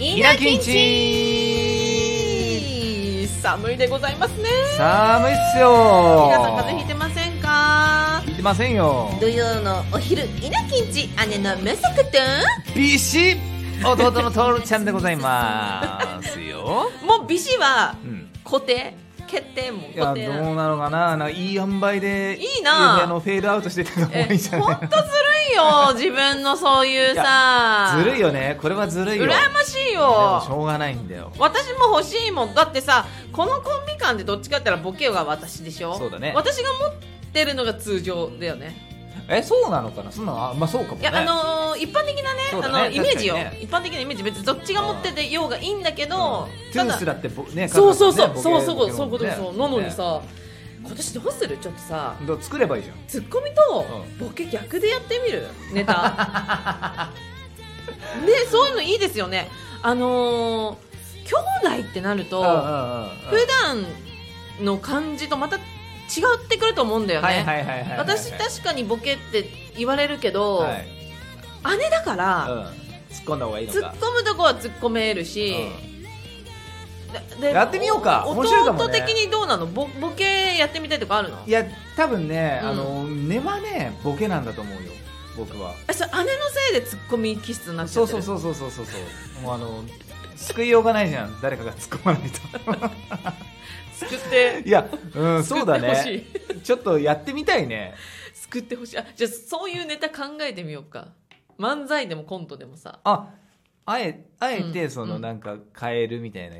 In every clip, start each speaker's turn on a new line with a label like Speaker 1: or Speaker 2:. Speaker 1: イ
Speaker 2: 稲
Speaker 1: ナ
Speaker 2: キ
Speaker 1: キ
Speaker 2: ン
Speaker 1: ン
Speaker 2: チ
Speaker 1: 寒いでございますね
Speaker 2: 寒いっすよ
Speaker 1: 皆さん風邪ひいてませんか
Speaker 2: ひいてませんよ
Speaker 1: 土曜のお昼稲キンチ姉のむさくと
Speaker 2: ビシッ弟のトールちゃんでございますよ、
Speaker 1: もうビシは
Speaker 2: うん、
Speaker 1: 固定決定も
Speaker 2: いや
Speaker 1: 固
Speaker 2: ど
Speaker 1: 定
Speaker 2: う
Speaker 1: なの
Speaker 2: なのかななんかいい塩梅で
Speaker 1: いいな
Speaker 2: あのフェードアウトしてた方が
Speaker 1: え
Speaker 2: いいんじゃ
Speaker 1: ほん
Speaker 2: な
Speaker 1: とずるいよ自分のそういうさ
Speaker 2: いずるいよねこれはずるいよ
Speaker 1: 羨
Speaker 2: で
Speaker 1: ましい
Speaker 2: もし
Speaker 1: よ
Speaker 2: ょうがないんだよ
Speaker 1: 私も欲しいもんだってさこのコンビ間でどっちかって言ったらボケが私でしょ
Speaker 2: そうだね
Speaker 1: 私が持ってるのが通常だよね
Speaker 2: えそうなのかなそんなのあまあそうかも
Speaker 1: い
Speaker 2: ね
Speaker 1: や、あのー一般的なね
Speaker 2: そうだね
Speaker 1: あのイメージよ、
Speaker 2: 確かにね
Speaker 1: 一般的なイメージ別にどっちが持っててようがいいんだけど、
Speaker 2: うんト
Speaker 1: た
Speaker 2: ゥー
Speaker 1: だ
Speaker 2: スだってぼね
Speaker 1: そうそうそう、
Speaker 2: 彼女
Speaker 1: そう
Speaker 2: ね
Speaker 1: そうそうそう
Speaker 2: ボケ
Speaker 1: いうこと
Speaker 2: ボケ
Speaker 1: そう
Speaker 2: ね
Speaker 1: なのに
Speaker 2: ね
Speaker 1: さ、今年どうするちょっとさ
Speaker 2: どう作ればいいじゃん
Speaker 1: ツッコミと
Speaker 2: う
Speaker 1: ボケ逆でやってみるネタ ねそういうのいいですよねあのー兄弟ってなると
Speaker 2: うんうん
Speaker 1: 普
Speaker 2: うん
Speaker 1: 段の感じとまた違ってくると思うんだよね、
Speaker 2: はいはいはいはいはいはい
Speaker 1: 私確かにボケって言われるけど、
Speaker 2: はい
Speaker 1: 姉だから、
Speaker 2: うん突っ込んだ方がいいの
Speaker 1: 突
Speaker 2: か
Speaker 1: っ込むとこは突っ込めるし、でで
Speaker 2: やってみようか面白いかもね
Speaker 1: 弟的にどうなのボボケやってみたいとかあるの
Speaker 2: いや多分ね、
Speaker 1: うん
Speaker 2: あの根はねボケなんだと思うよ僕は
Speaker 1: えそれ姉のせいでツッコミ気質になっちゃ
Speaker 2: そ
Speaker 1: っ
Speaker 2: う
Speaker 1: て
Speaker 2: そ
Speaker 1: る
Speaker 2: うそうそうそうそうそうもうあの救いようがないじゃん誰かが突っ込 まないと
Speaker 1: 救って
Speaker 2: いやうんそうだ
Speaker 1: 救っ
Speaker 2: ね
Speaker 1: てほしい
Speaker 2: ちょっとやってみたいね
Speaker 1: 救ってほしいあじゃあそういうネタ考えてみようか漫才でもコントでもさ
Speaker 2: ああえあえ
Speaker 1: う
Speaker 2: て
Speaker 1: ん
Speaker 2: その、
Speaker 1: うん
Speaker 2: なんか変えるみたいな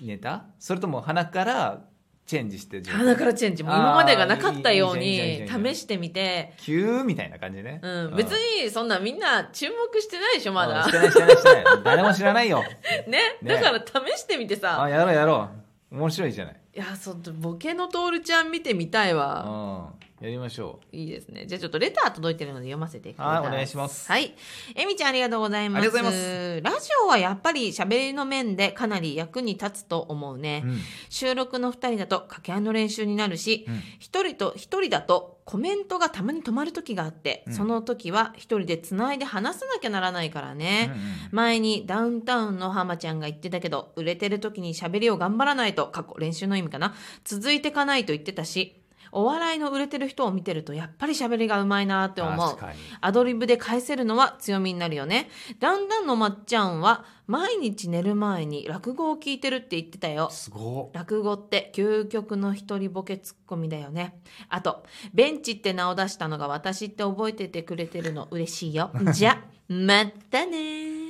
Speaker 2: ネタそれとも鼻からチェンジして
Speaker 1: 鼻からチェンジもう今までがなかったよう
Speaker 2: あーいいいいいいいいいいいい
Speaker 1: に
Speaker 2: い
Speaker 1: 試してみて
Speaker 2: 急みたいな感じね、
Speaker 1: うん、別にそんなみんな注目してないでしょま
Speaker 2: うん
Speaker 1: だ
Speaker 2: してないしてないしてない誰も知らないよ
Speaker 1: ね
Speaker 2: ね
Speaker 1: だから試してみてさ
Speaker 2: あやろうやろう面白いじゃない
Speaker 1: いやそのボケのトールちゃん見てみたいわ
Speaker 2: うんやりましょう
Speaker 1: いいですね。じゃあちょっとレター届いてるので読ませてください。
Speaker 2: はいお願いします
Speaker 1: はい。えみちゃんありがとうございます。
Speaker 2: ありがとうござい
Speaker 1: ラジオはやっぱり喋りの面でかなり役に立つと思うね。
Speaker 2: うん
Speaker 1: 収録の二人だと掛け合いの練習になるし
Speaker 2: うん、
Speaker 1: 一、人と一人だとコメントがたまに止まる時があって、
Speaker 2: うん
Speaker 1: その時は一人で繋いで話さなきゃならないからね。
Speaker 2: うんうん
Speaker 1: 前にダウンタウンの浜ちゃんが言ってたけど、売れてる時に喋りを頑張らないと、過去練習の意味かな、続いてかないと言ってたし、お笑いの売れてる人を見てると、やっぱり喋りがうまいなって思う
Speaker 2: 確。かに
Speaker 1: アドリブで返せるのは強みになるよね。ダウンタウンのまっちゃんは、毎日寝る前に落語を聞いてるって言ってたよ。
Speaker 2: すご
Speaker 1: 落語って究極の一人ボケツッコミだよね。あと、ベンチって名を出したのが私って覚えててくれてるの嬉しい よ。じゃ、またねー。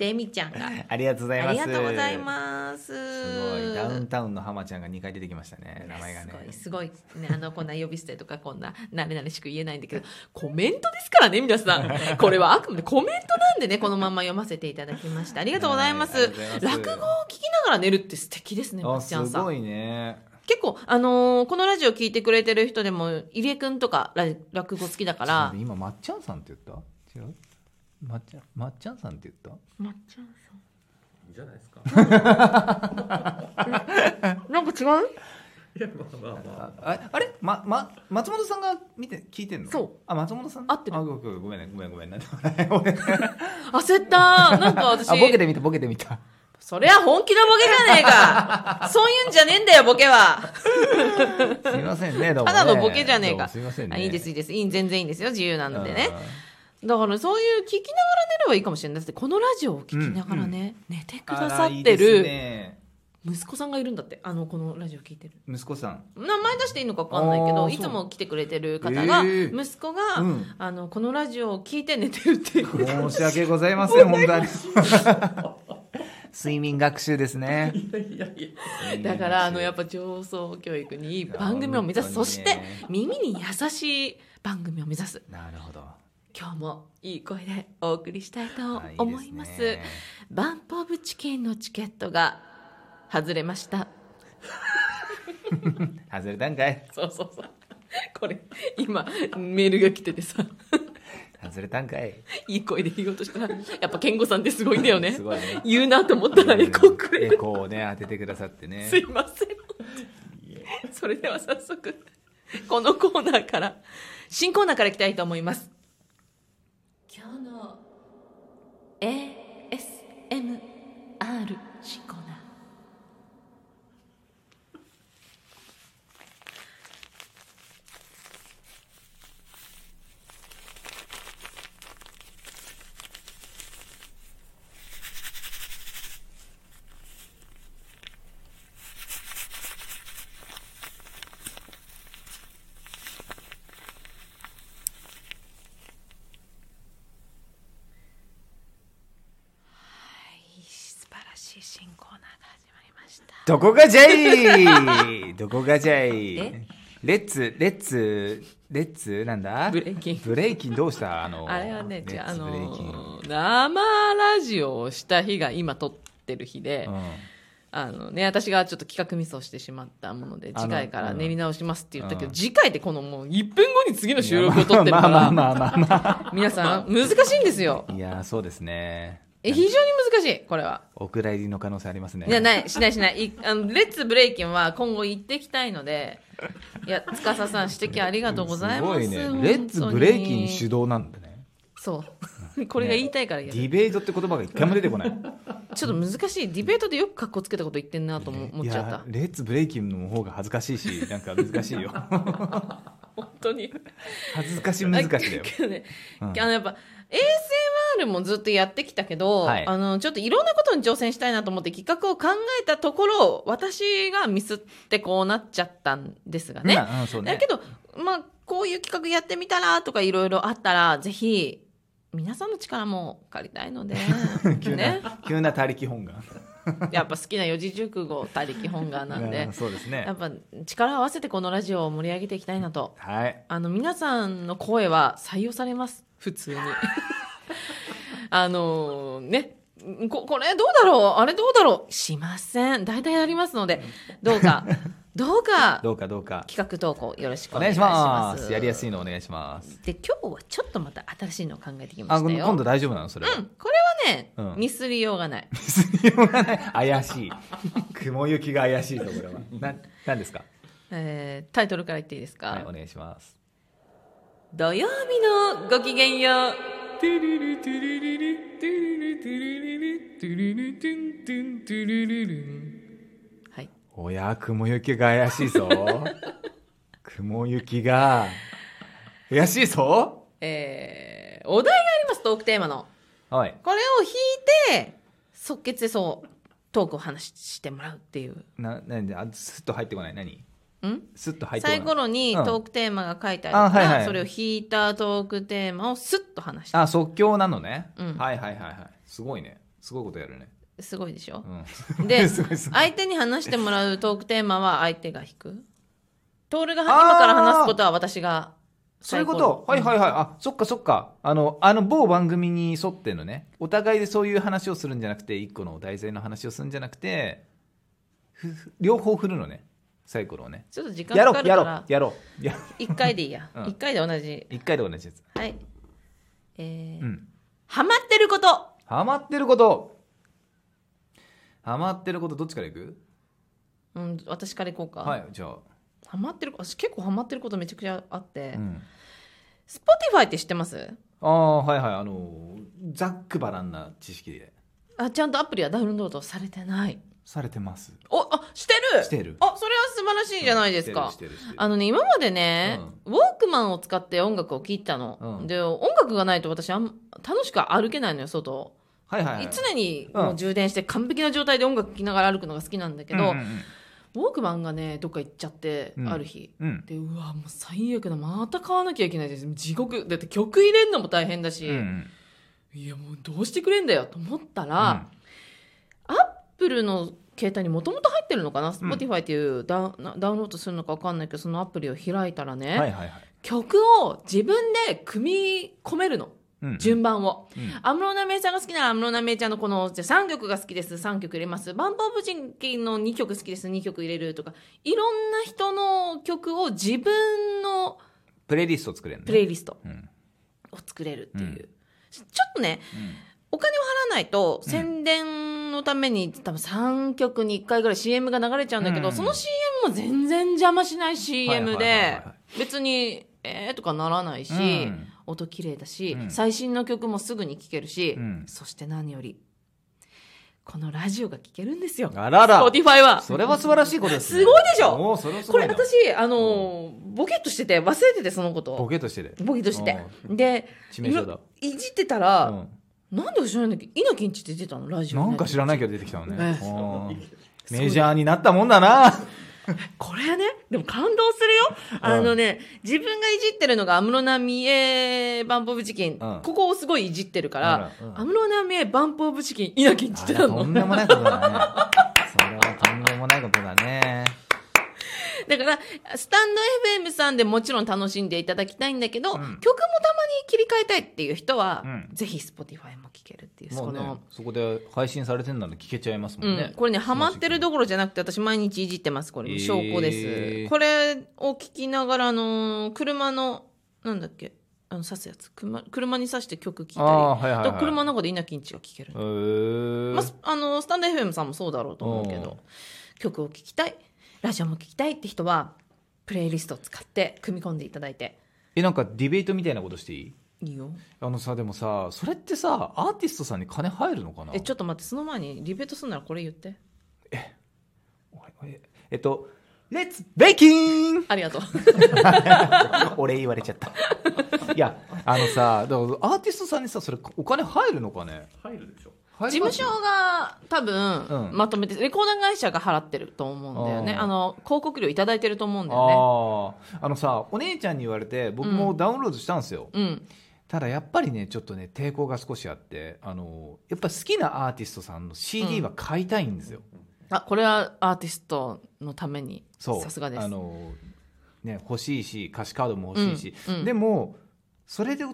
Speaker 1: デミちゃんが。
Speaker 2: ありがとうござい
Speaker 1: あ
Speaker 2: ま
Speaker 1: り
Speaker 2: す
Speaker 1: がとうございます。
Speaker 2: すごいダウンタウンの浜ちゃんが2回出てきましたね名前がね
Speaker 1: すごい、すごいね。あの、こんな呼び捨てとか、こんな、なれなれしく言えないんだけど、コメントですからね、皆さん。 これはあくまでコメントなんでね、このまま読ませていただきました。ありがとうございま
Speaker 2: はいあ
Speaker 1: す
Speaker 2: りがとうご。ざい
Speaker 1: 落語
Speaker 2: ます
Speaker 1: を聞きながら寝るって素敵ですね、ま
Speaker 2: あ
Speaker 1: っちゃん
Speaker 2: す
Speaker 1: さん
Speaker 2: ご。いね
Speaker 1: 結構、あのーこのラジオ聞いてくれてる人でも、入江くんとかラ落語好きだから、
Speaker 2: 今まっちゃんさんって言った違うまっちゃんまっちゃんさんって言っ
Speaker 1: まっちゃん
Speaker 3: じゃないですか。
Speaker 1: さん。なんか違う
Speaker 3: いや、まあまあ
Speaker 2: た
Speaker 3: まあ。
Speaker 2: あああれまま松本さんが見て聞いてんの
Speaker 1: そう
Speaker 2: あ松本さん
Speaker 1: 合ってる
Speaker 2: あごめんごめんごめんごめんなんでもないごめん
Speaker 1: 焦ったなんか私
Speaker 2: あ、ボケてみたボケてみた
Speaker 1: そりゃ本気のボケじゃねえかそういうんじゃねえんだよ、ボケは。
Speaker 2: すいませんねどう
Speaker 1: た
Speaker 2: もね
Speaker 1: だのボケじゃねえ
Speaker 2: どう
Speaker 1: か。
Speaker 2: もすいませんね
Speaker 1: あいいです、いい
Speaker 2: い
Speaker 1: です。いい、全然いいんですよ、自由な
Speaker 2: なん
Speaker 1: でね。だからそういう聞きながら寝ればいいかもしれない。だってこのラジオを聞きながらね、寝てくださってる息子さんがいるんだって、あの、このラジオ聞いてる。
Speaker 2: 息子さん
Speaker 1: 名前出していいのか分かんないけ
Speaker 2: あ
Speaker 1: ど
Speaker 2: ー
Speaker 1: いつも来てくれてる方が、
Speaker 2: えー
Speaker 1: 息子が、
Speaker 2: うん
Speaker 1: あの「このラジオを聞いて寝てる」っていう
Speaker 2: 申し訳ございま せん、本当に。睡眠学習ですね。
Speaker 3: いやいや。
Speaker 1: だからあのやっぱ上層教育にいい番組を目指す、
Speaker 2: いや
Speaker 1: そ
Speaker 2: 本当
Speaker 1: し
Speaker 2: に
Speaker 1: て
Speaker 2: ね
Speaker 1: 耳に優しい番組を目指す
Speaker 2: なるほど。
Speaker 1: 今日もいい声でお送りしたいと
Speaker 2: あ
Speaker 1: 思います
Speaker 2: いいですね
Speaker 1: バンポーブチキンのチケットが外れました
Speaker 2: 外れたんかい
Speaker 1: そうそうそうこれ今メールが来ててさ
Speaker 2: 外れたんかい
Speaker 1: いい声で言おうとしたらやっぱ健吾さんってすごいんだよね
Speaker 2: すごいね。
Speaker 1: 言うなと思ったらエコーくれ
Speaker 2: エ
Speaker 1: る。
Speaker 2: コーをね、当ててくださってね
Speaker 1: す。いません。それでは早速、このコーナーから、新コーナーからいきたいと思います。今日の ASMR。
Speaker 4: 新コーナーが始まりました
Speaker 2: どこがじゃいどこがじゃい
Speaker 4: え
Speaker 2: レッツ、レッツ、レッツ、なんだ
Speaker 1: ブレイキン
Speaker 2: ブレイキンどうしたあの、
Speaker 1: あれはね、
Speaker 2: レ
Speaker 1: じゃあ、
Speaker 2: ッ
Speaker 1: あ
Speaker 2: ツブレイキン
Speaker 1: のー、生ラジオをした日が今撮ってる日で、
Speaker 2: うん
Speaker 1: あのね、私がちょっと企画ミスをしてしまったもので、
Speaker 2: あの
Speaker 1: 次回から
Speaker 2: うん
Speaker 1: 練り直しますって言ったけど、
Speaker 2: うん
Speaker 1: 次回ってこのもう1分後に次の収録を撮ってるか
Speaker 2: まあま
Speaker 1: ら、
Speaker 2: あまあまあま
Speaker 1: 皆さん、難しいんですよ。
Speaker 2: あ。いやー、そうですね。
Speaker 1: え、非常に難しい、これは。
Speaker 2: お蔵入りの可能性ありますね。
Speaker 1: いや、ない、しないしない。いあのレッツブレイキンは今後行ってきたいので、いや、司さん指摘ありがとうございます。
Speaker 2: すごい
Speaker 1: 本当に
Speaker 2: ね。レッツブレイキン主導なんだね。
Speaker 1: そう。 これが言いたいから
Speaker 2: デ
Speaker 1: やる
Speaker 2: ィベートって言葉が一回も出てこない。
Speaker 1: ちょっと難しい。ディベートでよく格好つけたこと言ってんなとも思っちゃっ
Speaker 2: い
Speaker 1: た
Speaker 2: や。レッツブレイキンの方が恥ずかしいし、なんか難しい よ。
Speaker 1: 本当に。
Speaker 2: 恥ずかし難しいだよ
Speaker 1: あ。けどね、
Speaker 2: うん
Speaker 1: あのやっぱ ASMR もずっとやってきたけど、
Speaker 2: はい
Speaker 1: あのちょっといろんなことに挑戦したいなと思って企画を考えたところ私がミスってこうなっちゃったんですがね。
Speaker 2: うん、うんそうね
Speaker 1: だけど、まあ、こういう企画やってみたらとかいろいろあったらぜひ皆さんの力も借りたいので、
Speaker 2: 急
Speaker 1: ね、
Speaker 2: な、急な他力本願。
Speaker 1: やっぱ好きな四字熟語他力本願なん で
Speaker 2: う。そうです
Speaker 1: や
Speaker 2: ね
Speaker 1: っ。ぱ力を合わせてこのラジオを盛り上げていきたいなと
Speaker 2: はい。
Speaker 1: あの皆さんの声は採用されます普通に あのねここれどうだろうあれどうだろうしません大体ありますのでどう かどうか
Speaker 2: どうかどうか。
Speaker 1: 企画投稿よろしく
Speaker 2: お
Speaker 1: お願い
Speaker 2: 願い
Speaker 1: し
Speaker 2: し
Speaker 1: ま
Speaker 2: ますす。やりやすいのお願いします。
Speaker 1: で今日はちょっとまた新しいのを考えてきま
Speaker 2: あ、
Speaker 1: したよ
Speaker 2: 今度大丈夫なのそれは。
Speaker 1: うんこれはね、
Speaker 2: うん
Speaker 1: ミスりようがない
Speaker 2: 怪しい。雲行きが怪しいところは。な、なんですか。
Speaker 1: えータイトルから言っていいですか、
Speaker 2: はい、お願いします。
Speaker 1: 土曜日のごきげんようはい
Speaker 2: おや、雲行きが怪しい ぞ。雲行きが。怪しいぞ。
Speaker 1: えー、お題がありますトークテーマの
Speaker 2: はい。
Speaker 1: これを引いて即決でそうトークを話ししてもらうっていう
Speaker 2: な、なんで、あ、すっと入ってこない。何。
Speaker 1: ん
Speaker 2: すっと入ってこ
Speaker 1: サ
Speaker 2: ない。
Speaker 1: イコロに
Speaker 2: うん
Speaker 1: トークテーマが書いてあるから、
Speaker 2: あはいはい
Speaker 1: それを引いたトークテーマをスッと話して
Speaker 2: あ、即興なのね。
Speaker 1: うん
Speaker 2: はいはいはいはい。すごいね。すごいことやるね。
Speaker 1: すごいでしょ
Speaker 2: う、ん。
Speaker 1: で
Speaker 2: すごいすごい
Speaker 1: 相手に話してもらうトークテーマは相手が引くトールが今から話すことは私が
Speaker 2: そういうことはいはいいはい。あ、そっかそっか。あの、あの某番組に沿ってのね、お互いでそういう話をするんじゃなくて、一個のお題材の話をするんじゃなくて、ふふ両方振るのね、サイコロをね。
Speaker 1: ちょっと時間
Speaker 2: や
Speaker 1: か
Speaker 2: ろ
Speaker 1: か
Speaker 2: う、
Speaker 1: るか
Speaker 2: やろう
Speaker 1: ら、
Speaker 2: やろう。やろ
Speaker 1: 一回でいいや
Speaker 2: うん
Speaker 1: 一回で同じ
Speaker 2: う一回で同じやつ。
Speaker 1: はいえー
Speaker 2: うん。
Speaker 1: ハマってること
Speaker 2: ハマってること。ハマってること、どっちからいく
Speaker 1: うん私からいこうか、
Speaker 2: はい、じゃあ。
Speaker 1: ハマってる私結構ハマってることめちゃくちゃあって、
Speaker 2: うん。
Speaker 1: Spotify って知ってます
Speaker 2: ああ、はいはい。あの、ざっくばらんな知識で。
Speaker 1: あちゃんとアプリはダウンロードされてない
Speaker 2: されてます。
Speaker 1: おあしてる
Speaker 2: してる。
Speaker 1: あそれは素晴らしいじゃないですか、
Speaker 2: してる、してるしてる。
Speaker 1: あのね今までね、ウォークマンを使って音楽を聴いてたの、
Speaker 2: うん
Speaker 1: で音楽がないと私あん楽しく歩けないのよ外を、
Speaker 2: はいはい、はい。
Speaker 1: 常にもう充電して完璧な状態で音楽聴きながら歩くのが好きなんだけど、
Speaker 2: うんうんうん
Speaker 1: ウォークマンがねどっか行っちゃって、
Speaker 2: うん
Speaker 1: ある日
Speaker 2: うん。
Speaker 1: でうわもう最悪だまた買わなきゃいけないです地獄だって曲入れるのも大変だし、
Speaker 2: うん
Speaker 1: いやもうどうしてくれんだよと思ったら、アップルの携帯にもともと入ってるのかな、
Speaker 2: ん
Speaker 1: Spotify っていうダウンダウンロードするのか分かんないけどそのアプリを開いたら
Speaker 2: う
Speaker 1: ね、
Speaker 2: ん、はいはいはい。
Speaker 1: 曲を自分で組み込めるの
Speaker 2: うん
Speaker 1: 順番を
Speaker 2: うん
Speaker 1: 安室奈美恵さんが好きなら安室奈美恵ちゃんのこのじゃあ3曲が好きです3曲入れますバンプ・オブ・ジンキンの2曲好きです2曲入れるとかいろんな人の曲を自分の
Speaker 2: プレイリストを作れるのね
Speaker 1: プレイリスト
Speaker 2: うん
Speaker 1: を作れるっていう、
Speaker 2: うん
Speaker 1: ちょっとねお金を払わないと宣伝のために多分3曲に1回ぐらい CM が流れちゃうんだけど、
Speaker 2: うん
Speaker 1: その CM も全然邪魔しない CM
Speaker 2: はいはいはい
Speaker 1: で
Speaker 2: は
Speaker 1: 別にえーとかならないし、
Speaker 2: うん
Speaker 1: 音綺麗だし、
Speaker 2: うん
Speaker 1: 最新の曲もすぐに聴けるし、
Speaker 2: うん
Speaker 1: そして何よりこのラジオが聴けるんですよ
Speaker 2: うん。あらら。
Speaker 1: Spotify は。
Speaker 2: それは素晴らしいことです、ね。
Speaker 1: すごいでしょ
Speaker 2: おーそれはす
Speaker 1: こ
Speaker 2: ごい
Speaker 1: れ
Speaker 2: な
Speaker 1: 私あのーボケっとしてて忘れててそのこと
Speaker 2: ボ
Speaker 1: を
Speaker 2: ケとしてる。
Speaker 1: ボケっとしててで
Speaker 2: 致命傷だ。
Speaker 1: いじってた
Speaker 2: う
Speaker 1: ら、
Speaker 2: ん
Speaker 1: なんでか知らないんだけど稲城んちって出てたのラジオ
Speaker 2: な
Speaker 1: に
Speaker 2: んか知らないけど出てきたのね。
Speaker 1: え
Speaker 2: おーメジャーになったもんだな。
Speaker 1: これねでも感動するよあのね自分がいじってるのが安室奈美恵バンポブチキン、
Speaker 2: うん
Speaker 1: ここをすごいいじってるから
Speaker 2: うん
Speaker 1: 安室奈美恵バンポブチキン稲城にしてた
Speaker 2: と
Speaker 1: の
Speaker 2: んでもないことだね。それはとんでもないことだね。
Speaker 1: だからスタンド FM さんでもちろん楽しんでいただきたいんだけど、
Speaker 2: うん
Speaker 1: 曲もたまに切り替えたいっていう人は、
Speaker 2: うん
Speaker 1: ぜひ Spotify も聴けるっていう
Speaker 2: も
Speaker 1: そう
Speaker 2: ね
Speaker 1: の、、
Speaker 2: そこで配信されてるなら聞けちゃいますも
Speaker 1: うんん
Speaker 2: ね。
Speaker 1: これねハマってるどころじゃなくて私毎日いじってますこ
Speaker 2: へ
Speaker 1: れ
Speaker 2: ー
Speaker 1: 証拠です、これを聞きながらあのー車のなんだっけあの刺すやつ車車に刺して曲聴いたり
Speaker 2: あーはいはいはい
Speaker 1: あと車の中で稲城んちが聴ける
Speaker 2: へー
Speaker 1: まあ、すあのスタンド FM さんもそうだろうと思うけ
Speaker 2: うん
Speaker 1: ど曲を聴きたいラジオも聴きたいって人はプレイリストを使って組み込んでいただいて
Speaker 2: え、なんかディベートみたいなことしていい
Speaker 1: いいよ
Speaker 2: あのさ、でもさ、それってさ、アーティストさんに金入るのかな
Speaker 1: えちょっと待ってその前にリベートするならこれ言って
Speaker 2: ええっと、レッツベイキン
Speaker 1: あり がとう
Speaker 2: 俺言われちゃった。いや、あのさ、だからアーティストさんにさ、それお金入るのかね
Speaker 3: 入るでしょ。
Speaker 2: 事
Speaker 1: 事務所が多分、
Speaker 2: うん
Speaker 1: まとめてレコーダー会社が払ってると思うんだよね
Speaker 2: あー
Speaker 1: あの広告料いただいてると思うんだよ
Speaker 2: あああのさお姉ちゃんに言われて僕もダウンロードしたんですよ、
Speaker 1: ねうん
Speaker 2: ただやっぱりねちょっとね抵抗が少しあってあのやっぱ好きなアーティストさんの CD は買いたいんですよ、
Speaker 1: あこれはアーティストのために
Speaker 2: そう
Speaker 1: さすがです
Speaker 2: あの、ね、欲しいし歌詞カードも欲しいし、
Speaker 1: うんうん
Speaker 2: でもそれで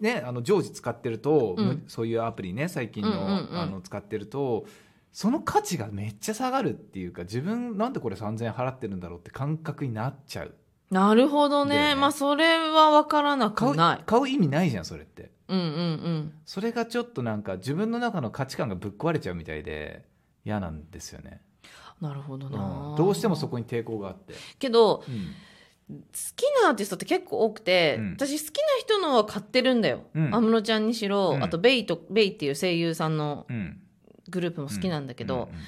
Speaker 2: ねあの常時使ってると、
Speaker 1: うん
Speaker 2: そういうアプリね最近の,、
Speaker 1: うんうんうん
Speaker 2: あの使ってるとその価値がめっちゃ下がるっていうか自分なんでこれ3000円払ってるんだろうって感覚になっちゃう
Speaker 1: なるほど
Speaker 2: だ
Speaker 1: ね
Speaker 2: よね
Speaker 1: まあそれは分からな
Speaker 2: 買
Speaker 1: く
Speaker 2: う
Speaker 1: ない
Speaker 2: 買う意味ないじゃんそれって
Speaker 1: うんうんうん
Speaker 2: それがちょっとなんか自分の中の価値観がぶっ壊れちゃうみたいで嫌なんですよね、
Speaker 1: なるほど
Speaker 2: う
Speaker 1: な、
Speaker 2: ん、どうしてもそこに抵抗があって、
Speaker 1: けど
Speaker 2: うん
Speaker 1: 好きなアーティストって結構多くて、
Speaker 2: うん
Speaker 1: 私好きな人のは買ってるんだよ
Speaker 2: うん
Speaker 1: 安室、ちゃんにしろ、
Speaker 2: うん
Speaker 1: あとベイとベイっていう声優さんの
Speaker 2: うん
Speaker 1: グループも好きなんだけど、
Speaker 2: うん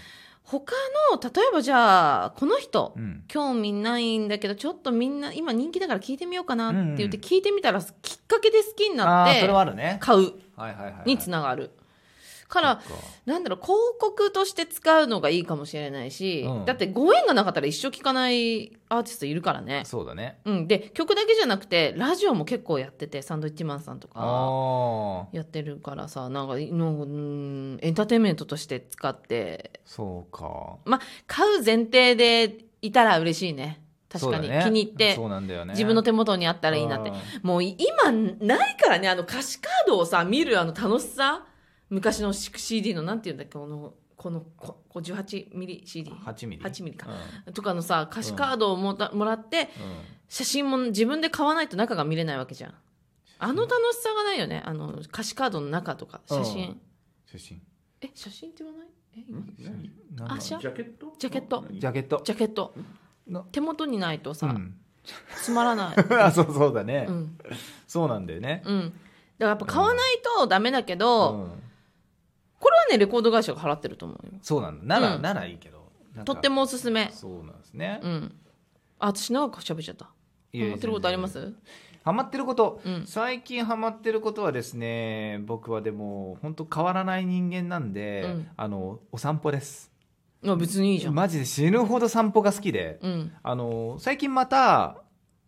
Speaker 1: 他の例えばじゃあこの人、
Speaker 2: うん
Speaker 1: 興味ないんだけどちょっとみんな今人気だから聞いてみようかなって言って
Speaker 2: うん
Speaker 1: 聞いてみたらきっかけで好きにな
Speaker 2: あ
Speaker 1: っ
Speaker 2: あそれ
Speaker 1: て
Speaker 2: はあるね
Speaker 1: 買う
Speaker 2: はいはいはいはい
Speaker 1: につながるから
Speaker 2: そっか
Speaker 1: なんだろう広告として使うのがいいかもしれないし、
Speaker 2: うん
Speaker 1: だってご縁がなかったら一生聞かないアーティストいるからね。
Speaker 2: そうだね
Speaker 1: うん、で曲だけじゃなくてラジオも結構やっててサンドイッチマンさんとか
Speaker 2: ああ
Speaker 1: やってるからさなんかのうんエンターテインメントとして使って
Speaker 2: そうか
Speaker 1: 買う前提でいたら嬉しいね確かに、
Speaker 2: そうだね
Speaker 1: 気に入って
Speaker 2: そうなんだよね
Speaker 1: 自分の手元にあったらいいなってもう今ないからねあの歌詞カードをさ見るあの楽しさ昔の CD のなんていうんだっけこのこのここ18ミリ CD
Speaker 2: 8ミリ
Speaker 1: 8ミリか
Speaker 2: うん
Speaker 1: とかのさ歌詞カードをもたもらって写真も自分で買わないと中が見れないわけじゃんあの楽しさがないよねあの歌詞カードの中とか写真、
Speaker 2: うん写真
Speaker 1: え写真って言わないえ今
Speaker 3: ん何
Speaker 2: なんだ
Speaker 1: あし
Speaker 2: ジ
Speaker 1: ゃ
Speaker 3: ジャケット
Speaker 1: ジャケット
Speaker 3: 何
Speaker 2: ャケット
Speaker 1: ジャケット
Speaker 2: な
Speaker 1: 手元にないと
Speaker 2: う
Speaker 1: さ、
Speaker 2: ん
Speaker 1: つまらない、
Speaker 2: あそうそうだね
Speaker 1: うん
Speaker 2: そうなんだよね
Speaker 1: うん、だからやっぱ買わないとダメだけど、
Speaker 2: うん
Speaker 1: これはねレコード会社が払ってると思うよ
Speaker 2: そうなんだなら
Speaker 1: うん
Speaker 2: ならいいけどなんか
Speaker 1: とってもおすすめ
Speaker 2: そうなんですね
Speaker 1: うんあ私長く喋っちゃった
Speaker 2: いやいや
Speaker 1: 思ってることあります
Speaker 2: ハマってること、
Speaker 1: うん
Speaker 2: 最近ハマってることはですね僕はでも本当変わらない人間なんで、
Speaker 1: うん
Speaker 2: あのお散歩です
Speaker 1: いや別にいいじゃん
Speaker 2: マジで死ぬほど散歩が好きで、
Speaker 1: うん
Speaker 2: あの最近また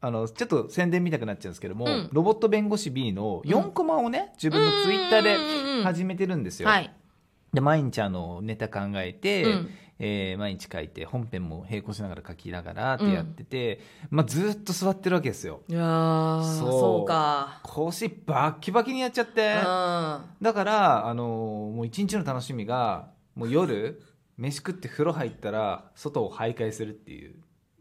Speaker 2: あのちょっと宣伝みたくなっちゃうんですけども、
Speaker 1: うん
Speaker 2: ロボット弁護士 B の4コマをね、自分のツイッターで始めてるんですよ、
Speaker 1: はい
Speaker 2: で毎日あのネタ考えて、
Speaker 1: うん
Speaker 2: えー毎日書いて本編も並行しながら書きながらってやってて、まあ、ずっと座ってるわけですよ
Speaker 1: いやー
Speaker 2: そう
Speaker 1: そうか
Speaker 2: 腰バッキバキにやっちゃ
Speaker 1: う
Speaker 2: って
Speaker 1: ん
Speaker 2: だからあのーもう一日の楽しみがもう夜飯食って風呂入ったら外を徘徊するっていう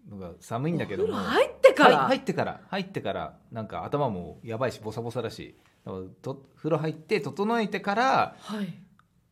Speaker 2: のが寒いんだけど
Speaker 1: お風
Speaker 2: も
Speaker 1: 呂入ってから、
Speaker 2: はい入ってから入ってからなんか頭もやばいしボサボサだしだからと風呂入って整えてから
Speaker 1: はい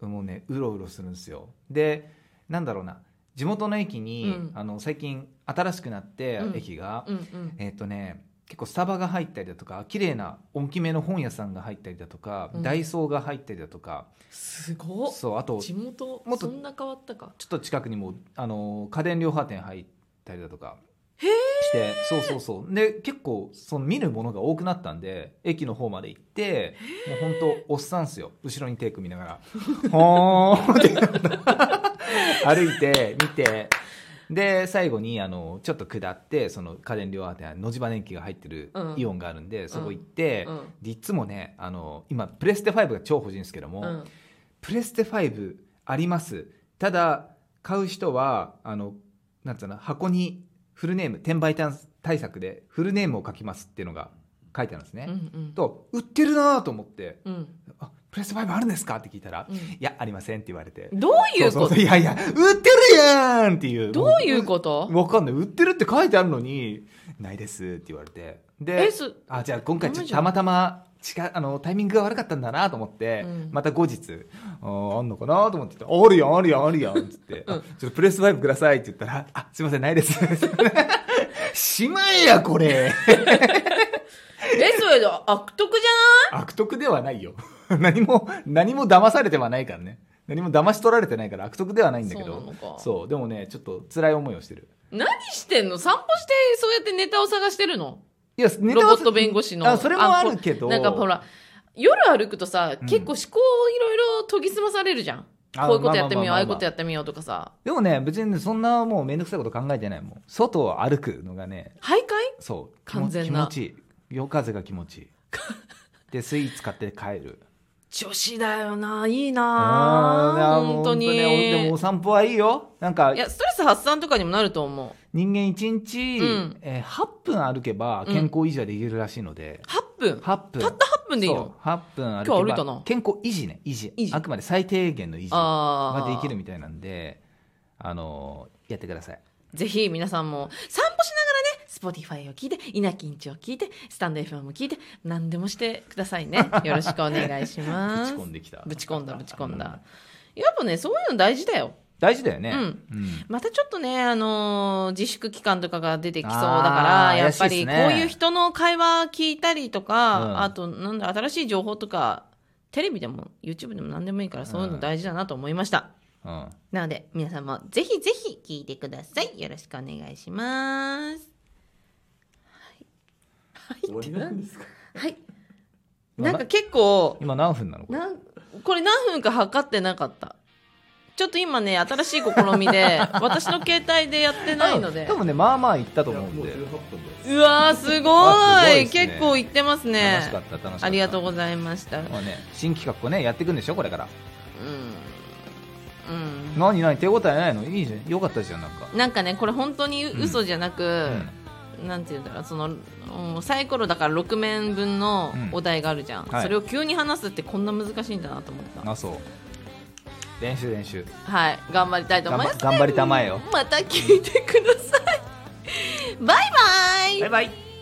Speaker 2: もうねうろうろするんですよでなんだろうな地元の駅に、
Speaker 1: うん
Speaker 2: あの最近新しくなって、
Speaker 1: うん
Speaker 2: 駅が、
Speaker 1: うんうん
Speaker 2: えっ、とね結構スタバが入ったりだとか綺麗な大きめの本屋さんが入ったりだとか、
Speaker 1: うん
Speaker 2: ダイソーが入ったりだとか
Speaker 1: すごっ
Speaker 2: そうあと
Speaker 1: 地
Speaker 2: ちょ
Speaker 1: 元
Speaker 2: もっと
Speaker 1: そんな変わったか
Speaker 2: っと近くにもあの家電量販店入ったりだとかしてそうそうそうで結構その見るものが多くなったんで駅の方まで行ってもう本当おっさんっすよ後ろに手 組みながら「ほーん」って歩いて見てで最後にあのちょっと下ってその家電量販店野島電機が入ってる
Speaker 1: うん
Speaker 2: イオンがあるんで、そこ行って、
Speaker 1: うん
Speaker 2: でいつもねあの今プレステ5が超欲しいんですけども、
Speaker 1: うん
Speaker 2: プレステ5ありますただ買う人はあのなんつうの箱にフルネーム転売対策でフルネームを書きますっていうのが書いてあるんですね、
Speaker 1: うんうん
Speaker 2: と売ってるなと思って
Speaker 1: うん
Speaker 2: 「あプレステ5あるんですか?」って聞いたら
Speaker 1: う
Speaker 2: 「
Speaker 1: ん
Speaker 2: いやありません」って言われて
Speaker 1: どういう
Speaker 2: そう
Speaker 1: こと
Speaker 2: そうそういやいや売ってるやんっていう
Speaker 1: どういうこと
Speaker 2: わかんない売ってるって書いてあるのにないですって言われてで
Speaker 1: えす
Speaker 2: あじゃあ今回ち
Speaker 1: ダ
Speaker 2: ょっ
Speaker 1: メ
Speaker 2: と
Speaker 1: じゃん
Speaker 2: たまたま違うあのタイミングが悪かったんだなと思って、
Speaker 1: うん
Speaker 2: また後日あーあんのかなと思っててあるやんあるやんあるやん っつって、あちょっとプレス5くださいって言ったらあすいませんないですしまえやこれ
Speaker 1: えそれで悪徳じ
Speaker 2: 悪徳ではないよ 何も何も騙されてはないからね何も騙し取られてないから悪徳ではないんだけ
Speaker 1: そうな
Speaker 2: ど
Speaker 1: のか
Speaker 2: そうでもねちょっと辛い思いをしてる
Speaker 1: ゃない何してんの散歩してそうやってネタを探してるの
Speaker 2: いやネタ
Speaker 1: ロ
Speaker 2: は
Speaker 1: ボット弁護士の
Speaker 2: あそれもあるけ
Speaker 1: こ
Speaker 2: ど
Speaker 1: なんかほら夜歩くとさ、
Speaker 2: うん
Speaker 1: 結構思考をいろいろ研ぎ澄まされるじゃん
Speaker 2: あ
Speaker 1: こういうことやってみよう
Speaker 2: ま
Speaker 1: ああ
Speaker 2: あまあまあまあ
Speaker 1: いうことやってみようとかさ
Speaker 2: でもね、別にねそんなもうめんどくさいこと考えてないもん。外を歩くのがね、
Speaker 1: 徘徊
Speaker 2: そう、気
Speaker 1: 完
Speaker 2: 持
Speaker 1: 全
Speaker 2: 気
Speaker 1: な
Speaker 2: 持ちいい。夜風が気 持ちいい。で、スイーツ買って帰る。
Speaker 1: 女子だよないい
Speaker 2: あ
Speaker 1: な
Speaker 2: ー
Speaker 1: 本当に
Speaker 2: ねおでもお散歩はいいよ。なんか
Speaker 1: い、やストレス発散とかにもなると思う
Speaker 2: 人間一日、
Speaker 1: うん
Speaker 2: えー8分歩けば健康維持はできるらしいので、
Speaker 1: 8分たっ
Speaker 2: 8分。
Speaker 1: た8分でいいの
Speaker 2: そう8分歩け
Speaker 1: 今日
Speaker 2: ば
Speaker 1: 歩いたな
Speaker 2: 健康維持ね維持
Speaker 1: 維持
Speaker 2: あくまで最低限の維持
Speaker 1: あ
Speaker 2: が
Speaker 1: ー
Speaker 2: できるみたいなんであのーやってください
Speaker 1: ぜひ皆さんも散歩しながらね Spotify を聞いて稲きんちを聞いてスタンド FM も聞いて何でもしてください ねよろしくお願いしま
Speaker 2: ぶち
Speaker 1: す
Speaker 2: 込んできた
Speaker 1: ぶち込んだぶち込んだやっぱねそういうの大事だよ
Speaker 2: 大事だよね、
Speaker 1: うん
Speaker 2: うん
Speaker 1: またちょっとね、あのー自粛期間とかが出てきそうだから、
Speaker 2: あー
Speaker 1: やっぱ
Speaker 2: 怪しい
Speaker 1: り
Speaker 2: っ
Speaker 1: こ
Speaker 2: す
Speaker 1: う
Speaker 2: ね
Speaker 1: いう人の会話聞いたりとか、
Speaker 2: うん
Speaker 1: あと、なんだ、新しい情報とか、テレビでも YouTube でも何でもいいから、そういうの大事だなと思いました。
Speaker 2: うん
Speaker 1: なので、皆さんもぜひぜひ聞いてください。よろしくお願いします。
Speaker 3: 終わりなんですか
Speaker 1: はい。
Speaker 2: ま
Speaker 1: な
Speaker 2: あ
Speaker 1: んか結構、
Speaker 2: 今何分なのこれ
Speaker 1: なんこれ何分か測ってなかった。ちょっと今ね、新しい試み で、私の携帯でやってないので。
Speaker 2: 多分ねまあまあいったと
Speaker 3: いや
Speaker 2: 思
Speaker 3: も
Speaker 2: う
Speaker 3: うん
Speaker 2: で
Speaker 3: 18分です
Speaker 1: うわーすご
Speaker 2: あすご
Speaker 1: い
Speaker 2: いっすね
Speaker 1: 結構行ってますね
Speaker 2: 楽しかった楽しかった
Speaker 1: ありがとうご
Speaker 2: ざい
Speaker 1: ざいましたうん
Speaker 2: まあね新企画をねやっていくんでしょこれから
Speaker 1: うん
Speaker 2: 何何手応えないのいいじゃんよかったじゃんなんか
Speaker 1: なんかねこれ本当に嘘じゃなく、なんていうんだろうそのうんサイコロだから6面分の
Speaker 2: うん
Speaker 1: お題があるじゃん、
Speaker 2: はい
Speaker 1: それを急に話すってこんな難しいんだなと思った
Speaker 2: あそう練習練習
Speaker 1: はい頑張りたいと思います
Speaker 2: 頑張頑張りたまえよ
Speaker 1: また聞いてくださいバイバイ
Speaker 2: バイバイ